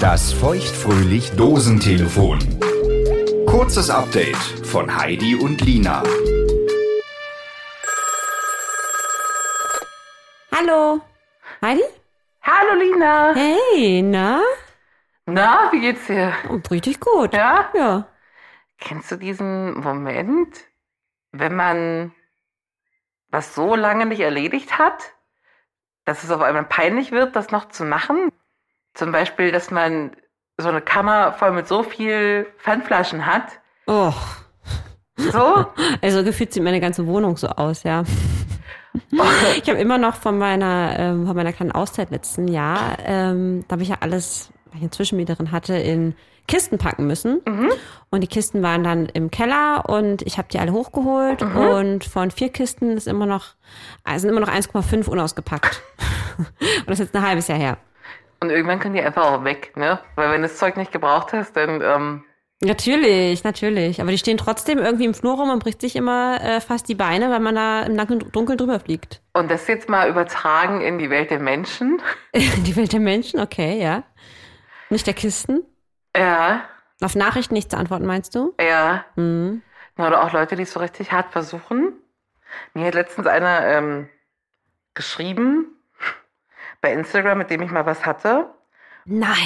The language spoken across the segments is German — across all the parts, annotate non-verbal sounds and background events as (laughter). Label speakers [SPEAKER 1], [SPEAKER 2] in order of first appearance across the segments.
[SPEAKER 1] Das feuchtfröhlich Dosentelefon. Kurzes Update von Heidi und Lina.
[SPEAKER 2] Hallo. Heidi?
[SPEAKER 3] Hallo Lina.
[SPEAKER 2] Hey, na?
[SPEAKER 3] Na, wie geht's dir?
[SPEAKER 2] Richtig gut.
[SPEAKER 3] Ja?
[SPEAKER 2] Ja.
[SPEAKER 3] Kennst du diesen Moment, wenn man was so lange nicht erledigt hat, dass es auf einmal peinlich wird, das noch zu machen? Zum Beispiel, dass man so eine Kammer voll mit so viel Pfandflaschen hat.
[SPEAKER 2] Oh,
[SPEAKER 3] So?
[SPEAKER 2] also gefühlt sieht meine ganze Wohnung so aus, (laughs) ja. Ich habe immer noch von meiner, ähm, von meiner kleinen Auszeit letzten Jahr, ähm, da habe ich ja alles, was ich eine Zwischenmieterin hatte, in Kisten packen müssen. Und die Kisten waren dann im Keller und ich habe die alle hochgeholt und von vier Kisten ist immer noch, äh, sind immer noch 1,5 unausgepackt. (laughs) und das ist jetzt ein halbes Jahr her.
[SPEAKER 3] Und irgendwann können die einfach auch weg, ne? Weil wenn du das Zeug nicht gebraucht hast, dann ähm,
[SPEAKER 2] Natürlich, natürlich. Aber die stehen trotzdem irgendwie im Flur rum und bricht sich immer äh, fast die Beine, weil man da im Dunkeln, Dunkeln drüber fliegt. (laughs)
[SPEAKER 3] und das jetzt mal übertragen in die Welt der Menschen.
[SPEAKER 2] die Welt der Menschen, okay, ja. Nicht der Kisten.
[SPEAKER 3] Ja,
[SPEAKER 2] Auf Nachrichten nicht zu antworten, meinst du?
[SPEAKER 3] ja.
[SPEAKER 2] Mhm.
[SPEAKER 3] Na, oder auch Leute, die es so richtig hart versuchen. Mir hat letztens einer ähm, geschrieben bei Instagram, mit dem ich mal was hatte.
[SPEAKER 2] Nein.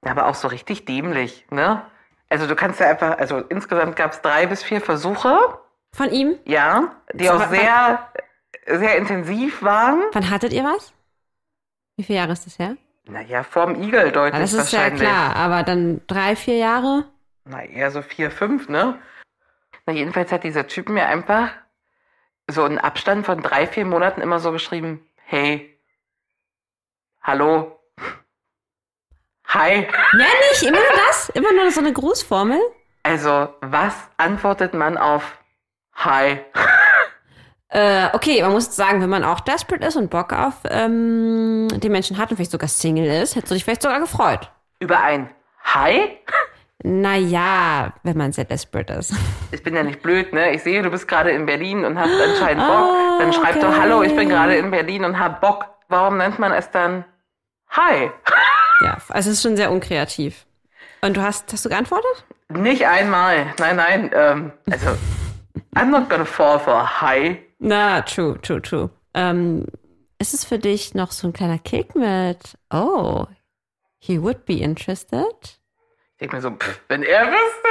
[SPEAKER 3] Aber auch so richtig dämlich, ne? Also du kannst ja einfach, also insgesamt gab es drei bis vier Versuche,
[SPEAKER 2] Von ihm?
[SPEAKER 3] ja, die
[SPEAKER 2] So,
[SPEAKER 3] auch
[SPEAKER 2] wa-
[SPEAKER 3] sehr, sehr intensiv waren.
[SPEAKER 2] Wann hattet ihr was? Wie viele Jahre ist das her?
[SPEAKER 3] Naja, vorm Igel
[SPEAKER 2] Ah,
[SPEAKER 3] deutlich
[SPEAKER 2] das ist ja
[SPEAKER 3] wahrscheinlich.
[SPEAKER 2] klar, aber dann drei, vier Jahre?
[SPEAKER 3] Na, eher so vier, fünf, ne? Na, jedenfalls hat dieser Typ mir einfach so einen Abstand von drei, vier Monaten immer so geschrieben, hey, hallo, (laughs) hi.
[SPEAKER 2] Ja, nicht. Immer nur das? Immer nur so eine Grußformel?
[SPEAKER 3] Also, was antwortet man auf hi?
[SPEAKER 2] Äh, okay, man muss sagen, wenn man auch desperate ist und Bock auf ähm, den Menschen hat und vielleicht sogar Single ist, hättest du dich vielleicht sogar gefreut.
[SPEAKER 3] Über ein hi?
[SPEAKER 2] Naja, wenn man sehr desperate ist. (laughs)
[SPEAKER 3] Ich bin ja nicht blöd, ne? Ich sehe, du bist gerade in Berlin und hast anscheinend Bock.
[SPEAKER 2] Ah,
[SPEAKER 3] Dann schreib doch,
[SPEAKER 2] okay.
[SPEAKER 3] hallo, ich bin gerade in Berlin und hab Bock. Warum nennt man es dann hi?
[SPEAKER 2] Ja, also es ist schon sehr unkreativ. Und du hast, hast du geantwortet?
[SPEAKER 3] Nicht einmal. Nein, nein. Ähm, also, I'm not gonna fall for a high.
[SPEAKER 2] Na, true, true, true. Ähm, ist es für dich noch so ein kleiner Kick mit, oh, he would be interested?
[SPEAKER 3] Ich denke mir so, pff, wenn er wüsste.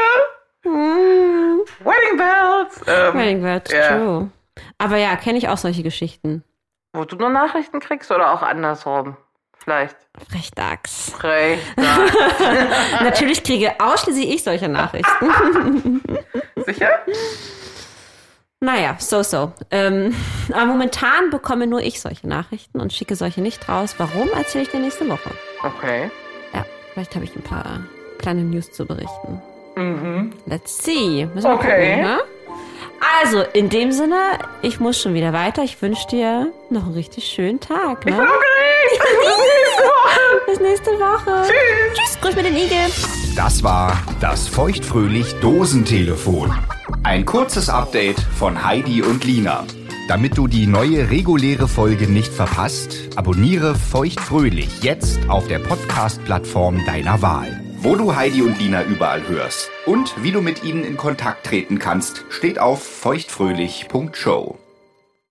[SPEAKER 2] Mm,
[SPEAKER 3] Wedding Bells. Ähm,
[SPEAKER 2] Wedding wird,
[SPEAKER 3] ja.
[SPEAKER 2] Oh true. Aber ja, kenne ich auch solche Geschichten.
[SPEAKER 3] Wo du nur Nachrichten kriegst oder auch andersrum. Vielleicht.
[SPEAKER 2] (laughs) Frechdachs.
[SPEAKER 3] Recht. da.
[SPEAKER 2] Natürlich kriege ausschließlich ich solche Nachrichten.
[SPEAKER 3] Sicher?
[SPEAKER 2] Naja, so, so. Ähm, (laughs) aber momentan bekomme nur ich solche Nachrichten und schicke solche nicht raus. Warum, erzähle ich dir nächste Woche.
[SPEAKER 3] Okay.
[SPEAKER 2] Ja, vielleicht habe ich ein paar kleine News zu berichten.
[SPEAKER 3] Mhm.
[SPEAKER 2] Let's see. Müssen wir
[SPEAKER 3] Okay.
[SPEAKER 2] gucken, ne? Also, in dem Sinne, ich muss schon wieder weiter. Ich wünsche dir noch einen richtig schönen Tag. Ne? Bis nächste Woche. Tschüss. Tschüss, grüß mir den Igel.
[SPEAKER 1] Das war das feuchtfröhlich Dosentelefon. Ein kurzes Update von Heidi und Lina. Damit du die neue reguläre Folge nicht verpasst, abonniere feuchtfröhlich jetzt auf der Podcast-Plattform deiner Wahl. Wo du Heidi und Lina überall hörst und wie du mit ihnen in Kontakt treten kannst, steht auf feuchtfröhlich.show.